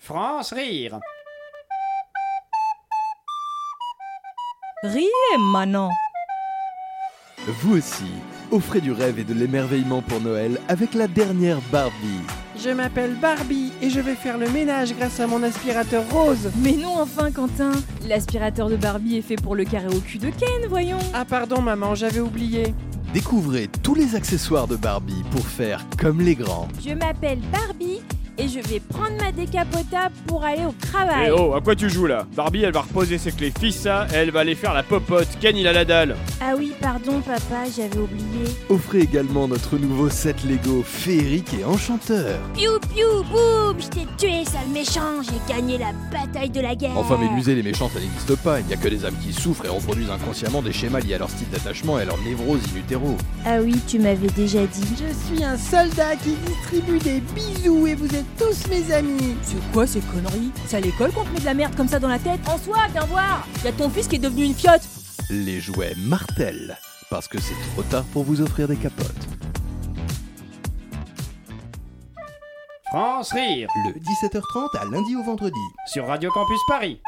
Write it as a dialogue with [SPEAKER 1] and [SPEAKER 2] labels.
[SPEAKER 1] France Rire.
[SPEAKER 2] Riez, Manon
[SPEAKER 3] Vous aussi, offrez du rêve et de l'émerveillement pour Noël avec la dernière Barbie.
[SPEAKER 4] Je m'appelle Barbie et je vais faire le ménage grâce à mon aspirateur rose.
[SPEAKER 2] Mais non, enfin, Quentin L'aspirateur de Barbie est fait pour le carré au cul de Ken, voyons
[SPEAKER 4] Ah pardon maman, j'avais oublié.
[SPEAKER 3] Découvrez tous les accessoires de Barbie pour faire comme les grands.
[SPEAKER 5] Je m'appelle Barbie et je vais prendre ma décapotable pour aller au travail.
[SPEAKER 6] Eh oh, à quoi tu joues là Barbie, elle va reposer ses clés fissa, elle va aller faire la popote. Ken, il a la dalle.
[SPEAKER 5] Ah oui, pardon papa, j'avais oublié.
[SPEAKER 3] Offrez également notre nouveau set Lego féerique et enchanteur.
[SPEAKER 5] Piou piou boum, je t'ai tué sale méchant, j'ai gagné la bataille de la guerre.
[SPEAKER 3] Enfin, mais l'user les méchants, ça n'existe pas. Il n'y a que des âmes qui souffrent et reproduisent inconsciemment des schémas liés à leur style d'attachement et à leur névrose in utero.
[SPEAKER 5] Ah oui, tu m'avais déjà dit.
[SPEAKER 4] Je suis un soldat qui distribue des bisous et vous êtes tous mes amis.
[SPEAKER 2] C'est quoi ces conneries C'est à l'école qu'on te met de la merde comme ça dans la tête En soi, viens voir Y'a ton fils qui est devenu une fiotte
[SPEAKER 3] Les jouets Martel. Parce que c'est trop tard pour vous offrir des capotes.
[SPEAKER 1] France Rire.
[SPEAKER 7] Le 17h30 à lundi au vendredi.
[SPEAKER 1] Sur Radio Campus Paris.